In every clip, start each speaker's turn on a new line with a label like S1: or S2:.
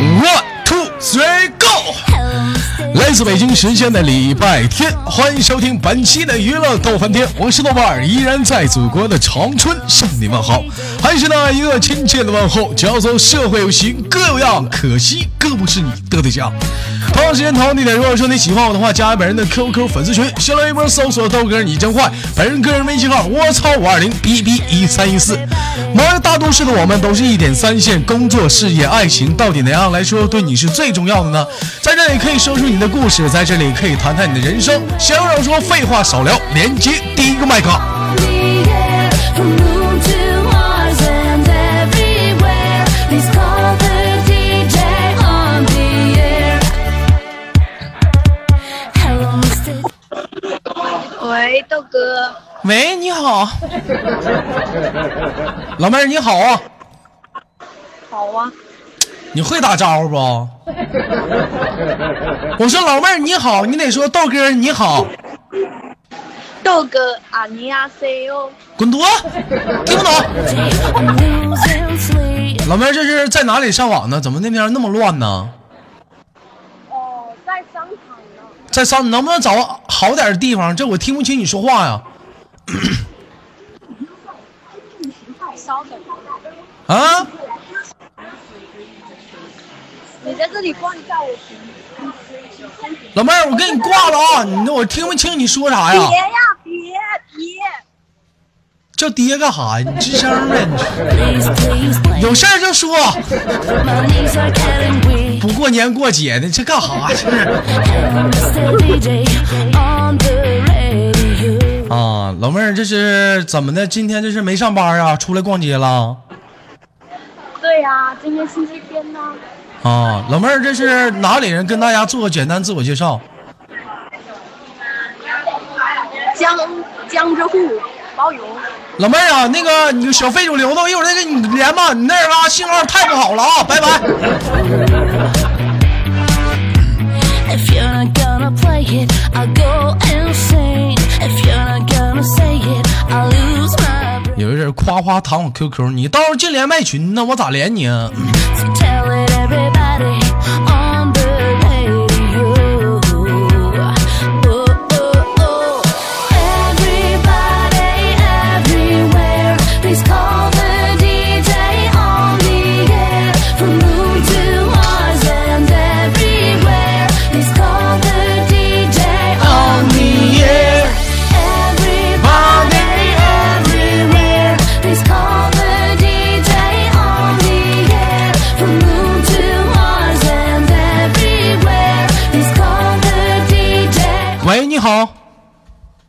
S1: One two three go！来自北京时间的礼拜天，欢迎收听本期的娱乐逗翻天，我是豆瓣儿，依然在祖国的长春向你问好，还是那一个亲切的问候，叫做社会有形各有样，可惜哥不是你的对象。同样时间同样地点，如果说你喜欢我的话，加本人的 QQ 粉丝群，新浪微博搜索豆哥你真坏，本人个人微信号我操五二零 b b 一三一四。忙于大都市的我们，都是一点三线，工作、事业、爱情，到底哪样来说对你是最重要的呢？在这里可以说出你的故事，在这里可以谈谈你的人生。闲话少说，废话少聊，连接第一个麦克。
S2: 喂，豆哥，
S1: 喂，你好，老妹儿你好啊，
S2: 好啊，
S1: 你会打招呼不？我说老妹儿你好，你得说豆哥儿你好，
S2: 豆哥，阿尼亚 C O，
S1: 滚犊子，听不懂。老妹儿这是在哪里上网呢？怎么那边那么乱呢？
S2: 哦，在商场呢，
S1: 在上，能不能找个好点的地方？这我听不清你说话呀！
S2: 稍等，
S1: 啊，
S2: 你在这里逛一下我群。
S1: 老妹儿，我给你挂了啊！你我听不清你说啥呀
S2: 别？呀，别别，
S1: 叫爹干啥呀？你吱声呗！你有事儿就说，不过年过节的这干啥呀？啊，老妹儿，这是怎么的？今天这是没上班啊？出来逛街了？
S2: 对呀、今天星期天呢。
S1: 啊，老妹儿，这是哪里人？跟大家做个简单自我介绍。
S2: 江江浙沪包邮。
S1: 老妹儿啊，那个你小非主流动，一会儿再跟你连吧。你那儿啊，信号太不好了啊，拜拜。
S3: If you're not gonna play it, I'll go insane. If you're not gonna say it, I'll lose my brain.
S1: 有一人夸夸弹我 QQ，你到时候进连麦群呢，我咋连你啊？
S3: So tell it everybody on the radio. Oh, oh, oh. Everybody, everywhere, please call the DJ on the air. From moon to Mars and everywhere, please call the DJ on the air. Everybody, everywhere, please call the DJ on the air. From moon to Mars and everywhere, please call the DJ.
S1: 喂，你好。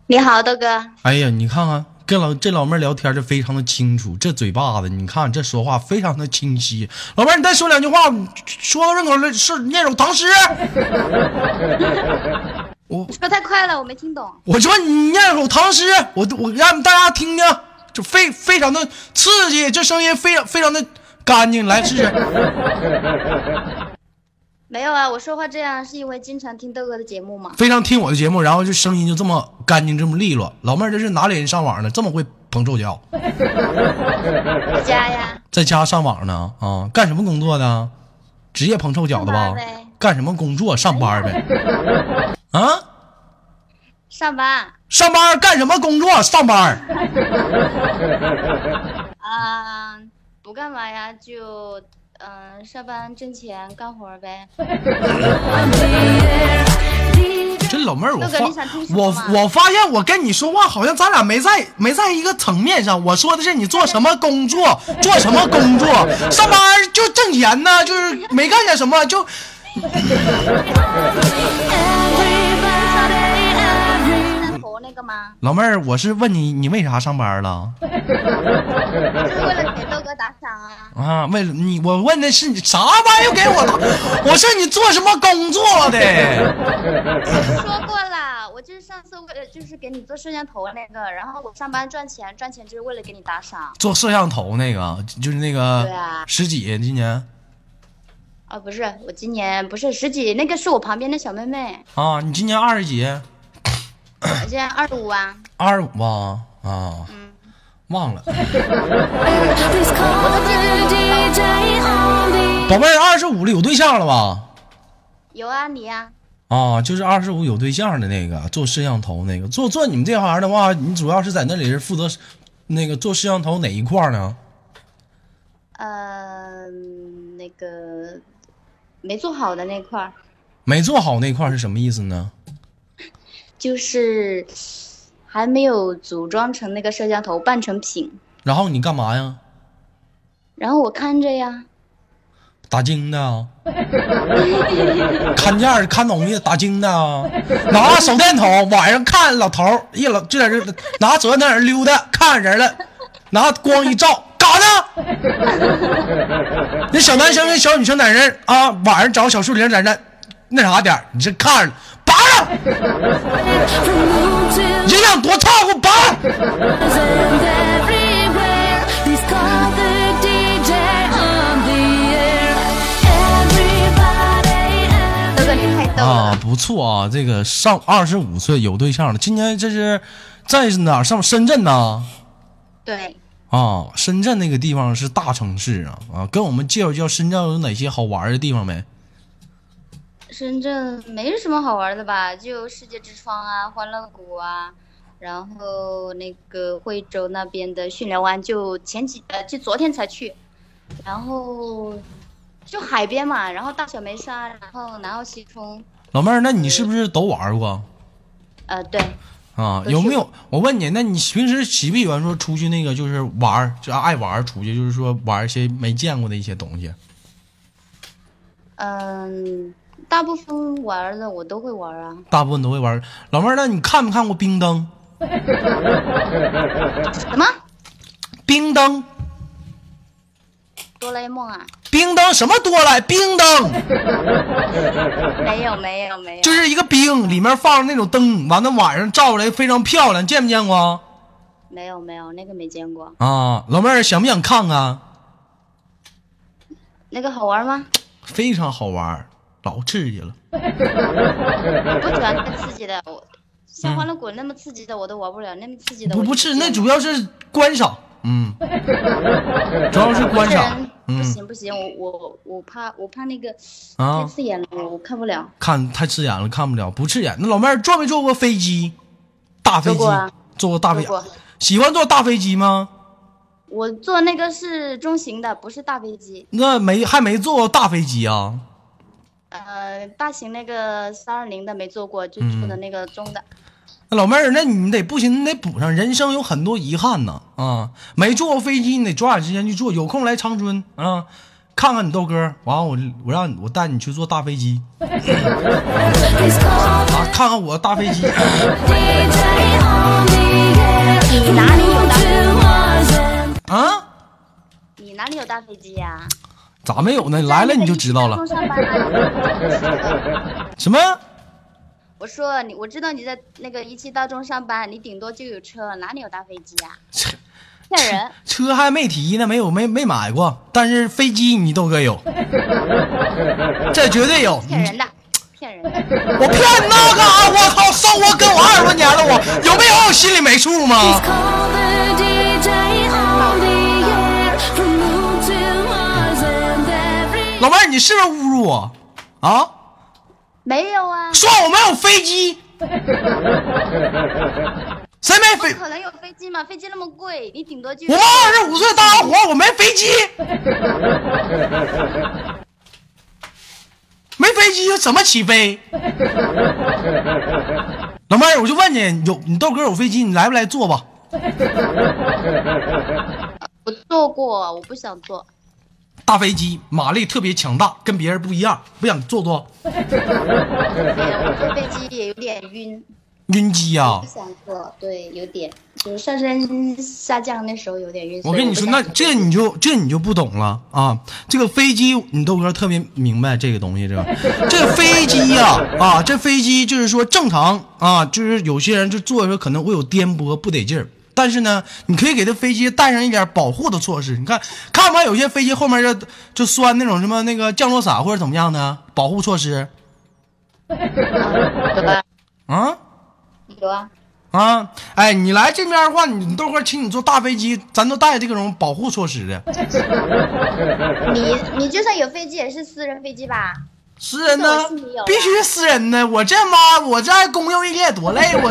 S2: 你好，豆哥。
S1: 哎呀，你看看跟老这老妹儿聊天就非常的清楚，这嘴巴子，你看这说话非常的清晰。老妹儿，你再说两句话，说到任口了是念首唐诗。
S2: 说太快了，我没听懂。
S1: 我说你念首唐诗，我我让大家听听，就非非常的刺激，这声音非常非常的干净，来试 试。
S2: 没有啊，我说话这样是因为经常听豆哥的节目 嘛。
S1: 非常听我的节目，然后就声音就这么干净，这么利落。老妹儿，这是哪里人上网呢？这么会捧臭脚？
S2: 在家呀，
S1: 在家上网呢啊？干什么工作的？职业捧臭脚的吧
S2: 上班呗？
S1: 干什么工作？上班呗？啊？
S2: 上班
S1: 上班干什么工作？上班
S2: 啊、不干嘛呀，就嗯、上班挣钱干活 呗。
S1: 这老妹儿，我
S2: 豆哥
S1: 发
S2: 你想听什么
S1: 我
S2: 吗
S1: 我发现我跟你说话好像咱俩没在没在一个层面上。我说的是你做什么工 作，做什么工作？上班就挣钱呢，就是没干点什么，就
S3: Everybody, everywhere.
S2: 干活那个吗？
S1: 老妹儿，我是问你，你为啥上班了？
S2: 就是为了给豆哥打赏啊。
S1: 啊，为了你，我问的是你啥玩意儿给我打？我说你做什么工作的？
S2: 说过了，我就是上次为了呃就是给你做摄像头那个，然后我上班赚钱，赚钱就是为了给你打赏。
S1: 做摄像头那个，就是那个
S2: 对啊
S1: 十几今年
S2: 啊，不是，我今年不是十几，那个是我旁边的小妹妹，
S1: 啊，你今年二十几？
S2: 我现在二十五啊。
S1: 二十五啊？啊，忘了。
S3: This colder day on the
S1: 宝贝儿，二十五了，有对象了吧？
S2: 有啊，你呀、
S1: 啊，就是二十五有对象的那个，做摄像头那个，做做你们这行的话，你主要是在那里是负责那个做摄像头哪一块儿呢？
S2: 呃，那个没做好的那块儿，
S1: 没做好那块儿是什么意思呢？
S2: 就是还没有组装成那个摄像头半成品，
S1: 然后你干嘛呀？
S2: 然后我看着呀，
S1: 打精的啊， 看件儿看东西打精的啊，拿手电筒晚上看老头儿，一老就在这儿拿手电筒在那儿溜达，看人了，拿光一照，干啥呢？ 那小男生跟小女生在那儿啊，晚上找小树林在那那啥点儿你这看着拔了，
S3: removed to
S1: 营养多差，给我拔了。
S3: present everywhere. This colder DJ on the air. Everybody,
S2: 哥哥你太逗了，
S1: 啊，不错啊，这个上二十五岁有对象了，今年这是在哪儿上深圳呢？
S2: 对，
S1: 啊，深圳那个地方是大城市啊啊，跟我们介绍介绍深圳有哪些好玩的地方没？
S2: 深圳没什么好玩的吧，就世界之窗啊、欢乐谷啊，然后那个惠州那边的巽寮湾，就前几呃，就昨天才去，然后就海边嘛，然后大小梅沙，然后南澳西冲，
S1: 老妹儿，那你是不是都玩过
S2: 呃，对，
S1: 啊？
S2: 嗯都去
S1: 有没有？我问你，那你平时喜不喜欢说出去那个就是玩儿，就爱玩儿出去，就是说玩儿一些没见过的一些东西
S2: 嗯，大部分玩儿的我都会玩儿啊，
S1: 大部分都会玩儿。老妹儿，那你看没看过冰灯？
S2: 什么？
S1: 冰灯，
S2: 哆啦 A 梦啊？
S1: 冰灯什么多了？冰灯
S2: 没有没有没有，
S1: 就是一个冰，里面放着那种灯，完了晚上照出来非常漂亮，见没见过？
S2: 没有没有，那个没见过，
S1: 啊，老妹儿想不想看啊看？
S2: 那个好玩吗？
S1: 非常好玩儿，老刺激了。
S2: 我不喜欢太刺激的，我像欢乐谷那么刺激的我都玩不了，那么刺激的
S1: 不
S2: 我
S1: 不，
S2: 就是见
S1: 那
S2: 过
S1: 主要是观赏， 嗯，主要是观赏
S2: 人，不
S1: 嗯
S2: 行不行，我我我怕我怕那个太
S1: 啊，
S2: 刺眼了，我我看不了。
S1: 看太刺眼了，看不了，不刺眼。那老妹儿坐没坐过飞机？大飞机
S2: 坐过啊，
S1: 坐过大飞
S2: 坐过，
S1: 喜欢坐大飞机吗？
S2: 我坐那个是中型的，不是大飞机。
S1: 那没还没坐过大飞机啊？
S2: 呃，大型那个三二零的没坐过，就坐的那个中的。
S1: 那老妹儿，那你得不行，你得补上。人生有很多遗憾呐，啊，没坐过飞机，你得抓紧时间去坐。有空来长春啊，看看你豆哥。完，我我让你我带你去坐大飞机
S3: this colder
S1: 啊，看看我大飞机。
S3: DJ on the air. Removed to present
S1: 啊，
S2: 你哪里有大飞机呀、
S1: 咋没有呢？来了你就知道
S2: 在那
S1: 了。
S2: 个一分钟上班啊
S1: 什么？
S2: 我说你，我知道你在那个一汽大众上班，你顶多就有车，哪里有大飞机呀、
S1: 切
S2: 骗人！
S1: 车还没提呢，没有没没买过，但是飞机你豆哥有， 这绝对有。
S2: 骗人的，骗人的！
S1: 我骗你那干啥？我靠，生活跟我二十多年了，我有没有我心里没数吗
S3: this？colder DJ on the air. Removed to present every.
S1: 老妹儿，你是不是侮辱我？啊，
S2: 没有啊，
S1: 说我没有飞机，谁没飞？
S2: 可能有飞机嘛？飞机那么贵，你顶多就
S1: 我们二十五岁大家伙儿，我没飞机，没飞机怎么起飞？老妹儿，我就问你，有你豆哥有飞机，你来不来坐吧？
S2: 我坐过，我不想坐。
S1: 大飞机马力特别强大，跟别人不一样，不想坐坐
S2: 对，我坐飞机也有点晕，
S1: 晕机啊呀、
S2: 不想坐。对，有点就是上身下降那时候有点晕。
S1: 我跟你说，
S2: 所以
S1: 那
S2: 我不想坐
S1: 这你就这你就不懂了啊！这个飞机，你豆哥特别明白这个东西， 这个这个飞机呀啊这飞机就是说正常啊，就是有些人就坐的时候可能会有颠簸，不得劲儿。但是呢，你可以给这飞机带上一点保护的措施。你看，看完有些飞机后面就就拴那种什么那个降落伞或者怎么样的保护措施
S2: 有吧？
S1: 啊
S2: 有啊，
S1: 啊！哎，你来这边的话，你豆哥请你坐大飞机，咱都带这种保护措施的。
S2: 你你就算有飞机也是私人飞机吧？
S1: 私人呢
S2: 这我信你有，
S1: 必须私人的。我这妈，我这公用一天多 累，我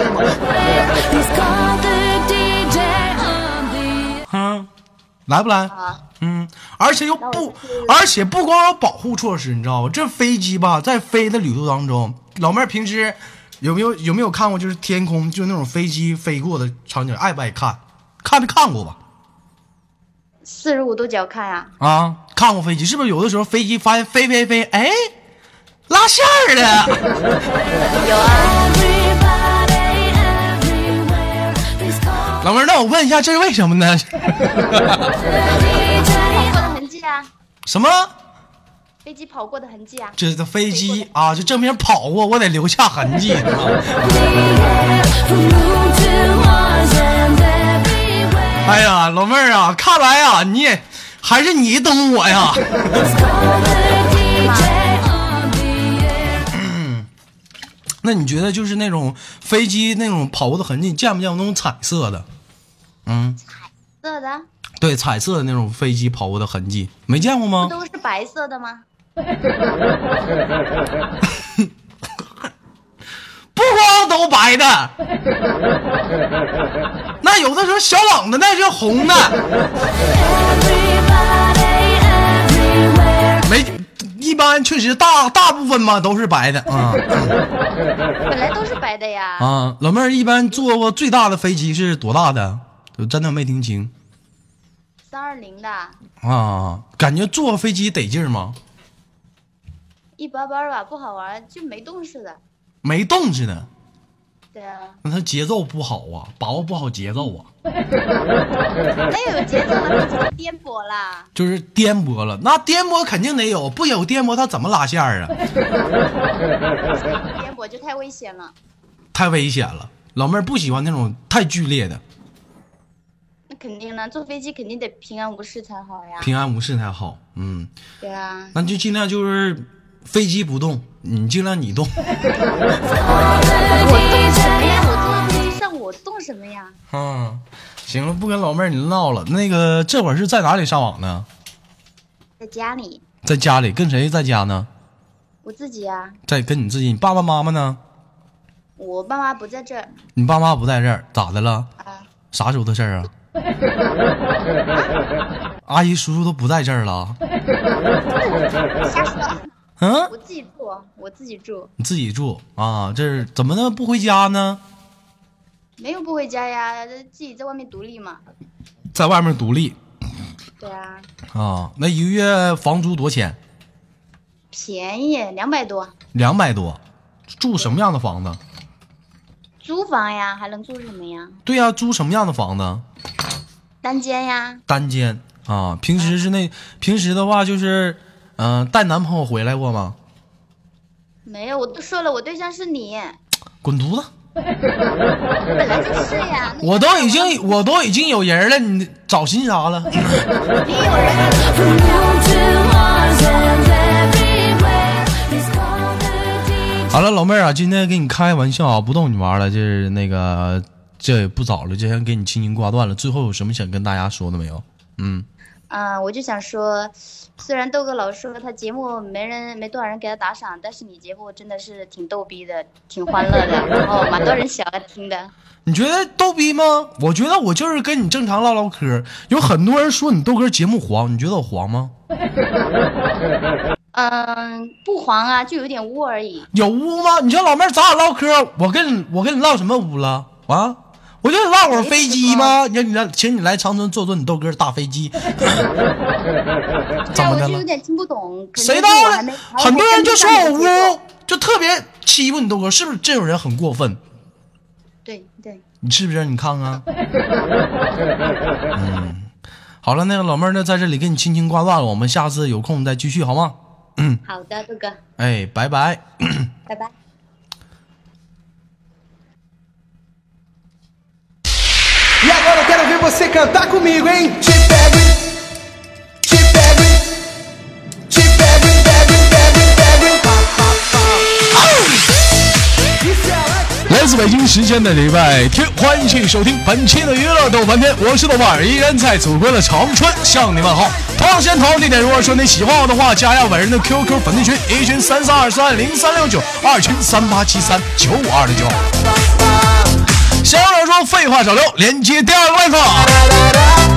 S3: He's called the DJ on the
S1: 嗯，来不来？
S2: 啊，
S1: 嗯，而且又不
S2: 那我，
S1: 而且不光有保护措施，你知道吧？这飞机吧，在飞的旅途当中，老妹儿平时有没有有没有看过就是天空就那种飞机飞过的场景，爱不爱看？看没看过吧？
S2: 四十五度角看啊，
S1: 啊，看过飞机是不是？有的时候飞机发现飞飞飞，哎，拉线儿了。
S2: 有啊，
S3: everybody everywhere. He's called
S1: 老妹儿，那我问一下，这是为什么呢？
S2: 跑
S3: DJ
S2: 过的痕迹啊，
S1: 什么？
S2: 飞机跑过的痕迹啊，
S1: 这这飞机啊，就证明跑过，我得留下痕迹，你知道吗？
S3: on the air from moon to Mars and everywhere.
S1: 哎呀，老妹儿啊，看来啊，你也还是你懂我呀。
S3: He's called the DJ on the air.
S1: 那你觉得就是那种飞机那种跑过的痕迹，你见没见过那种彩色的？嗯，
S2: 色
S1: 啊
S2: 的
S1: 对，彩色的那种飞机跑过的痕迹，没见过
S2: 不
S1: 吗？
S2: 都是白色的吗？
S1: 不光都白的， 那有的时候小冷的那是红的，
S3: Everybody everywhere.
S1: 没一般确实大大部分嘛都是白的啊
S2: 本来都是白的呀，
S1: 啊！老妹儿一般坐过最大的飞机是多大的？我真的没听清
S2: 三二零的，
S1: 啊，感觉坐飞机得劲儿吗？
S2: 一般般吧，不好玩，就没动似的。
S1: 没动似的，
S2: 对啊，
S1: 那它节奏不好啊，把握不好节奏啊。哎
S2: 那有节奏的飞机就颠簸啦。
S1: 就是颠簸了，那颠簸肯定得有，不有颠簸它怎么拉线儿啊？
S2: 颠簸就太危险了。
S1: 太危险了，老妹儿不喜欢那种太剧烈的，
S2: 那肯定了，坐飞机肯定得平安无事才好呀。
S1: 平安无事才好。嗯，
S2: 对啊，
S1: 那就尽量就是飞机不动，你尽量 你动。
S2: 我动什么呀？我坐在飞机上，我动什么呀？
S1: 嗯，行了，不跟老妹儿你唠了。那个这会儿是在哪里上网呢？
S2: 在家里，
S1: 在家里，跟谁在家呢？
S2: 我自己啊，
S1: 在跟你自己，你爸爸妈妈呢？
S2: 我爸妈不在这儿
S1: 你爸妈不在这儿，咋的了？
S2: 啊，
S1: 啥时候的事儿啊？阿姨叔叔都不在这儿了。
S2: 瞎说，
S1: 嗯。
S2: 我自己住，我自己住，
S1: 你自己住啊？这是怎么的不回家呢？
S2: 没有不回家呀，自己在外面独立嘛。
S1: 在外面独立
S2: 对啊，
S1: 啊？那一个月房租多少钱？
S2: 便宜两百多，
S1: 两百多。住什么样的房子？
S2: 租房呀，还能住什么呀？
S1: 对呀、租什么样的房子？
S2: 单间呀，
S1: 单间啊？平时是那平时的话就是，嗯、带男朋友回来过吗？
S2: 没有，我都说了，我对象是你，
S1: 滚犊子！
S2: 本来就是呀。那
S1: 我都已经我都已经有人了，你找寻啥了？
S2: 你有人
S3: From moon to Mars and everywhere. He's called the DJ.
S1: 好了，老妹儿啊，今天给你开玩笑啊，不逗你玩了，就是那个这也不早了，就先给你轻轻挂断了。最后有什么想跟大家说的没有？嗯。
S2: 嗯，我就想说，虽然豆哥老说他节目没人没多少人给他打赏，但是你节目真的是挺逗逼的，挺欢乐 的，然后蛮多人喜欢听的。
S1: 你觉得逗逼吗？我觉得我就是跟你正常唠唠嗑儿。有很多人说你豆哥节目黄，你觉得我黄吗？
S2: 嗯，不黄啊，就有点污而已。
S1: 有污吗？你说老妹儿，咱俩唠嗑儿，我跟你我跟你唠什么污了啊？我就唠会儿飞机吗？你让你来，请你来长春坐坐你豆哥大飞机，怎
S2: 但
S1: 么
S2: 啊我
S1: 的
S2: 就
S1: 了
S2: 有？点听不懂，可能
S1: 谁
S2: 是
S1: 到
S2: 我
S1: 了
S2: 还没？
S1: 很多人就说我。
S2: 还没跟上你的节
S1: 污
S2: 目，
S1: 就特别欺负你豆哥，是不是？这种人很过分，
S2: 对对，
S1: 你是不是？你看看。嗯，好了，那个老妹儿呢，在这里给你轻轻挂断了，我们下次有空再继续好吗？
S2: 好的，豆哥，
S1: 哎，拜 拜。
S2: 拜拜。
S1: 呀，我
S4: você cantar comigo, hein? Te pego, e- te pego, e- te pego, e pego, e pego, e pego, é e pá, pá, pá. E se ela
S5: 来自北京时间的礼拜天，欢迎继续收听本期的娱乐逗翻天，我是豆瓣儿，依然在祖国的长春向你问好。同样时间同样地点，如果说你喜欢我的话，加一下本人的 QQ 粉丝群，一群三三二三零三六九，二群三八七三九五二零九。小老说废话少聊，连接第二个麦克。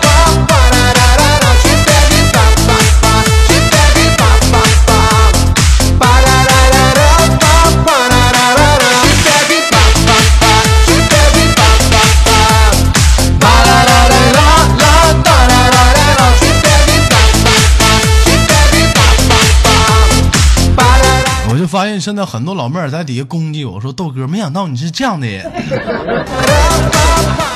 S5: 我就发现现在很多老妹儿在底下攻击我说豆哥，没想到你是这样的人，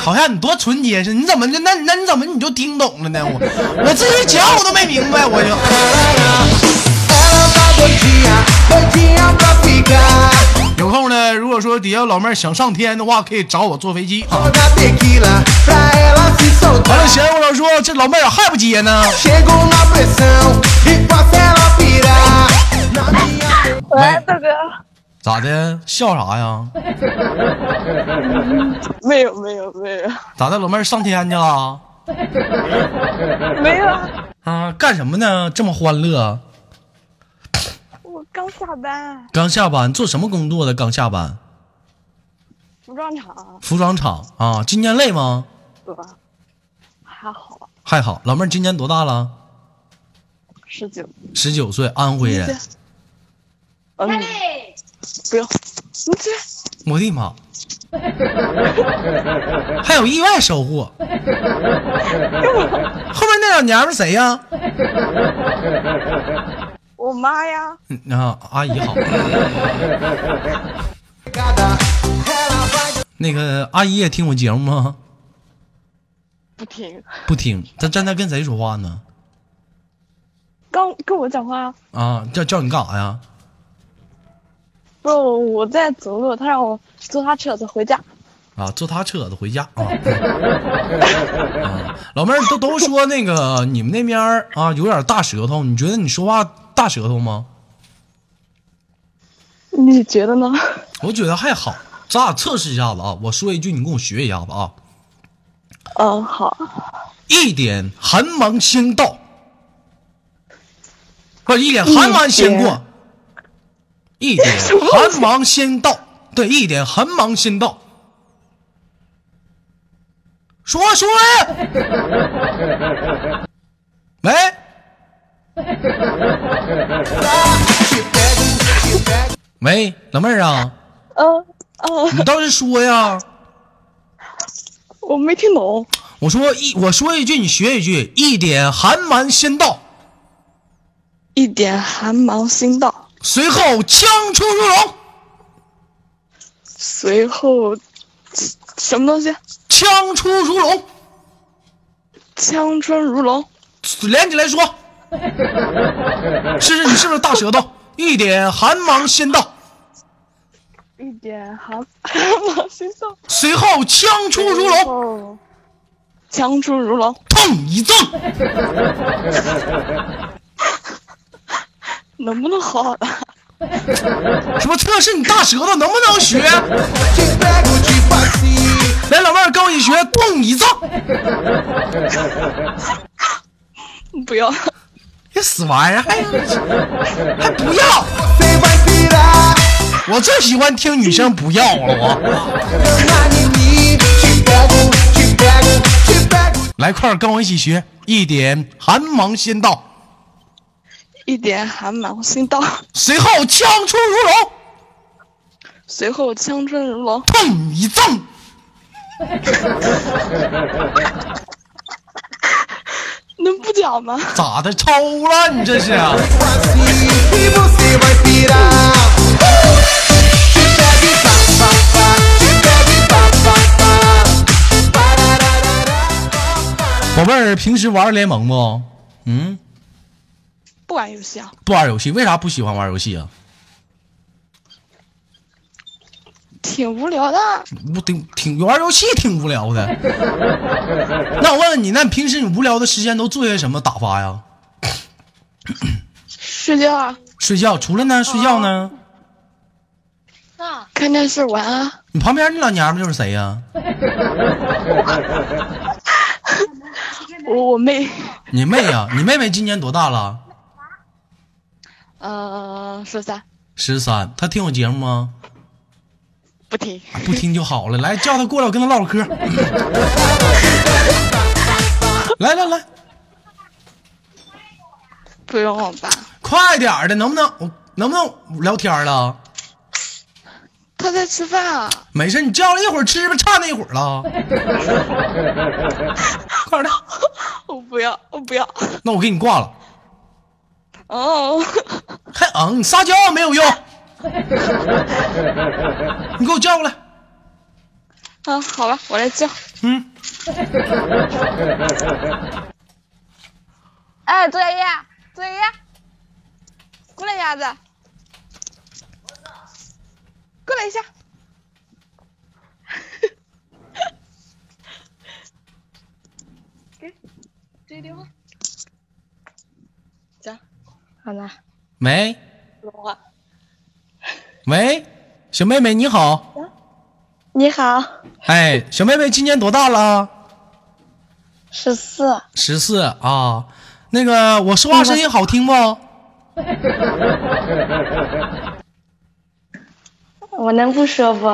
S1: 好像你多纯洁似的，你怎么就那那你怎么你就听懂了呢？我我自己讲我都没明白，我就。有空呢，如果说底下老妹儿想上天的话，可以找我坐飞机啊。完了，闲话少说，这老妹儿还不接呢？
S4: Chegou na pressão e faço ela pirar. Na minha
S6: 喂，大哥，
S1: 咋的？笑啥呀？
S6: 没有没有没有
S1: 咋的？老妹儿上天去了？
S6: 没有，
S1: 啊，干什么呢？这么欢乐？
S6: 我刚下班，
S1: 刚下班，做什么工作的？刚下班，
S6: 服装厂，
S1: 服装厂啊。今年累吗？
S6: 对吧？还好，
S1: 还好，老妹儿今年多大了？
S6: 十九，
S1: 十九岁，安徽人。
S6: 嗯，不用，你这
S1: 我的妈！ 还有意外收获。 后面那老娘们谁呀、
S6: 我妈呀，
S1: 嗯啊，阿姨好。 那个阿姨也听我节目吗？
S6: 不听，
S1: 不听，她站那跟谁说话呢？
S6: 刚跟我讲话，
S1: 啊，叫叫你干啥呀？
S6: 不，我在走路，他让我坐他车子回家，
S1: 啊，坐他车子回家啊。 啊，老妹儿都都说那个你们那边儿啊有点大舌头，你觉得你说话大舌头吗？
S6: 你觉得呢？
S1: 我觉得还好，咱俩测试一下子啊。我说一句，你跟我学一下子啊。
S6: 嗯，好，
S1: 一点寒芒先到，不是一点寒芒先过，一点寒芒先到，对，一点寒芒先到。说话说呀，喂，喂，老妹儿啊，
S6: 嗯嗯，
S1: 你倒是说呀。
S6: 我没听懂，
S1: 我说一，我说一句，你学一句，一点寒芒先到，
S6: 一点寒芒心到，
S1: 随后枪出如龙，
S6: 随后什么东西？
S1: 枪出如龙，
S6: 枪春如龙，
S1: 连起来说，试试你是不是大舌头？一点寒芒先到，
S6: 一点寒寒芒心到。
S1: 随后枪出如龙，
S6: 龙，枪出如龙，
S1: 痛一赠，
S6: 能不能好好的？
S1: 什么测试你大舌头能不能学？
S4: Te pego de passinho,
S1: 来，老妹儿跟我一起学，痛一赠，
S6: 不要，
S1: 这死玩意儿还还不要，
S4: você vai pirar.
S1: 我最喜欢听女生不要了我。
S4: Meu nanini, te pego, te pego, te pego.
S1: 来块儿跟我一起学，一点寒芒先到。
S6: 一点寒芒心到，
S1: 随后枪出如龙，
S6: 随后枪春如龙，
S1: 痛一赠。
S6: 能不讲吗？
S1: 咋的，抽了你这是？啊
S4: Passinho, e você vai pirar. Te pego e pá, pá, pá, te pego e pá, pá, pá. Parararará, pá, pá.
S1: 宝贝儿，平时玩联盟不？嗯，
S6: 不玩游戏啊，
S1: 不玩游戏，为啥不喜欢玩游戏啊？
S6: 挺无聊的。
S1: 不挺挺玩游戏挺无聊的。那我问问你，那你平时你无聊的时间都做些什么打发呀？
S6: 睡觉啊，
S1: 睡觉，除了呢睡觉呢？
S6: 看电视玩啊，
S1: 你旁边那老娘们就是谁呀、
S6: 我我妹，
S1: 你妹呀、你妹妹今年多大了？
S6: 嗯、呃，十三
S1: 十三。她听我节目吗？
S6: 不听，
S1: 啊不听就好了。来，叫她过来，我跟她唠会嗑。 来来来，
S6: 不用我吧？
S1: 快点儿的，能不能我能不能聊天了？
S6: 她在吃饭啊，
S1: 没事，你叫了一会儿吃吧，差那一会儿了。快点儿的，
S6: 我不要，我不要。
S1: 那我给你挂了。
S6: 哦，
S1: 还嗯，撒娇没有用。你给我叫过来。
S6: 啊，好吧，我来叫。
S1: 嗯，
S6: 哎，作业，作业，过来鸭子，过来一下。给，这个电话。走，好了，
S1: 喂
S6: 说话。
S1: 喂，小妹妹你好。
S6: 你好，
S1: 哎，小妹妹今年多大了？
S6: 十四，
S1: 十四啊。那个，我说话声音好听不？
S6: 我能不说不？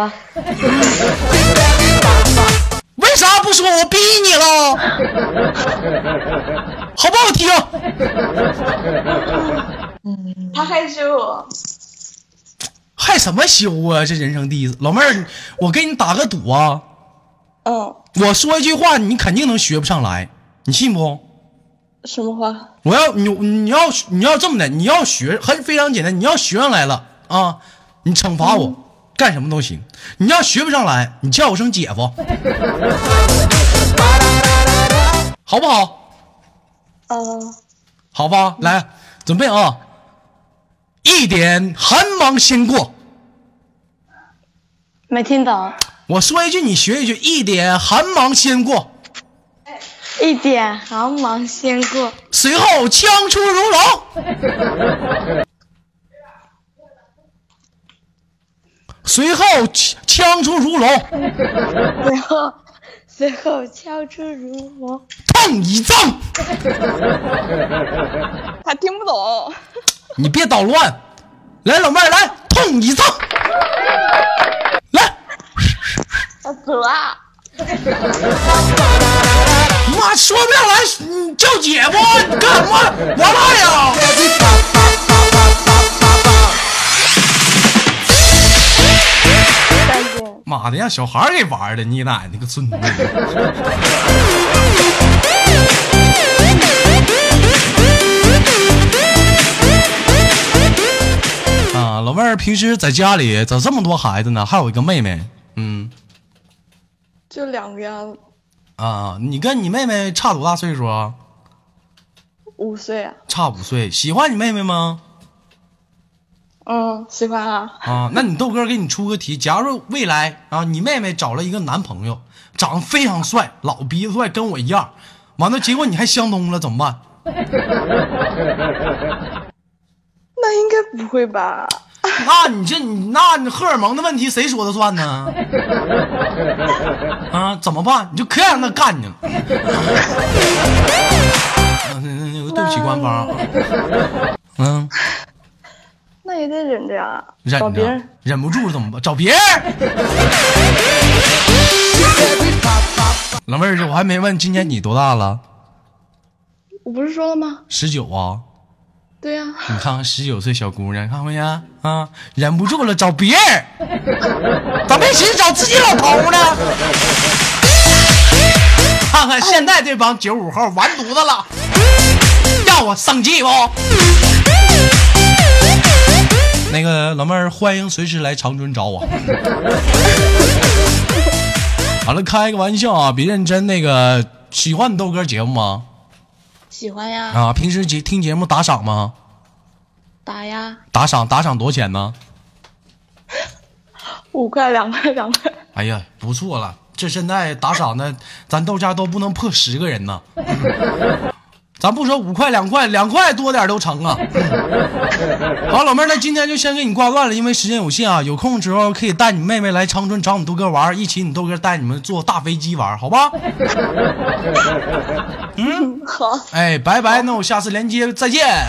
S1: 为啥不说？我逼你了，好不好听？
S6: 他害羞我。
S1: 害什么羞啊？这人生第一次，老妹儿，我跟你打个赌啊，
S6: 嗯，
S1: 我说一句话，你肯定能学不上来，你信不？
S6: 什么话？
S1: 我要你，你要你要这么的，你要学很非常简单，你要学上来了啊，你惩罚我、干什么都行。你要学不上来，你叫我声姐夫，好不好？
S6: 嗯，
S1: 好吧，来准备啊！一点寒芒先过，
S6: 没听懂。
S1: 我说一句你学一句，一点寒芒先过，
S6: 一点寒芒先过，
S1: 随后枪出如龙， 随后枪枪出如龙，
S6: 随后 随后敲出如魔。
S1: 痛一赠，
S6: 他听不懂。
S1: 你别捣乱，来老妹儿来，痛一赠，来，
S6: 他走啊！
S1: 妈说不上来，你叫姐夫你干什么玩赖呀？
S6: 再见。
S1: 妈的，让小孩儿给玩儿的，你奶奶个孙子！啊，老妹儿平时在家里咋这么多孩子呢？还有一个妹妹，嗯
S6: 就两个鸭子，
S1: 啊，你跟你妹妹差多大岁数啊？
S6: 五岁啊。
S1: 差五岁。喜欢你妹妹吗？
S6: 嗯，喜欢啊。
S1: 啊，那你豆哥给你出个题，假如未来啊，你妹妹找了一个男朋友，长得非常帅，老鼻子帅，跟我一样，完了结果你还相中了，怎么办？
S6: 那应该不会吧？
S1: 那你这你那你荷尔蒙的问题谁说的算 呢？啊，怎么办？你就可让他干 你了。啊那那那个嗯对不起官方啊，嗯，
S6: 那也得忍着呀、
S1: 忍
S6: 找别
S1: 着
S6: 人，
S1: 忍不住了怎么办？找 别人。老妹儿，我还没问今年你多大了？
S6: 我不是说了吗？
S1: 十九啊？
S6: 对呀、
S1: 你看看嗯十九岁小姑娘，看没呀？啊，忍不住了，找别人，咋没寻思找自己老头呢？看看现在这帮九五后完犊子了，让我生气不？那个老妹儿，欢迎随时来长春找我。好了，开个玩笑啊，别认真。那个喜欢你豆哥节目吗？
S6: 喜欢呀，
S1: 啊，平时节听节目打赏吗？
S6: 打呀，
S1: 打赏打赏多少钱呢？
S6: 五块、两块、两块，
S7: 哎呀，不错了，这现在打赏的，咱豆家都不能破十个人呐。咱不说五块两块，两块多点都成啊。好，老妹儿，那今天就先给你挂断了，因为时间有限啊。有空的时候可以带你妹妹来长春找你豆哥玩儿，一起你豆哥带你们坐大飞机玩儿，好吧？
S6: 好，
S7: 哎，拜拜，那我下次连接再见。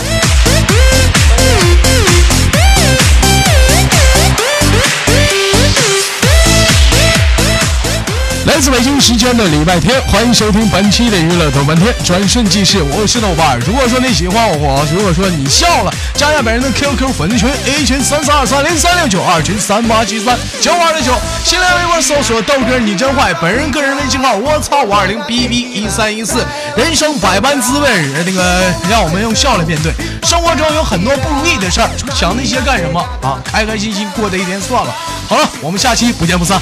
S1: 来自北京时间的礼拜天，欢迎收听本期的娱乐豆瓣天，转瞬即逝。我是豆瓣儿。如果说你喜欢我，如果说你笑了，加一下本人的 QQ 粉丝群 A 群三三二三零三六九，二群三八七三九五二六九，新浪微博搜索豆哥你真坏，本人个人微信号我操五二零 B B 一三一四。人生百般滋味，那个让我们用笑来面对。生活中有很多不如意的事儿，想那些干什么啊？开开心心过这一天算了。好了，我们下期不见不散。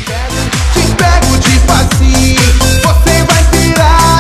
S4: Te pego, te facinho, você vai pirar.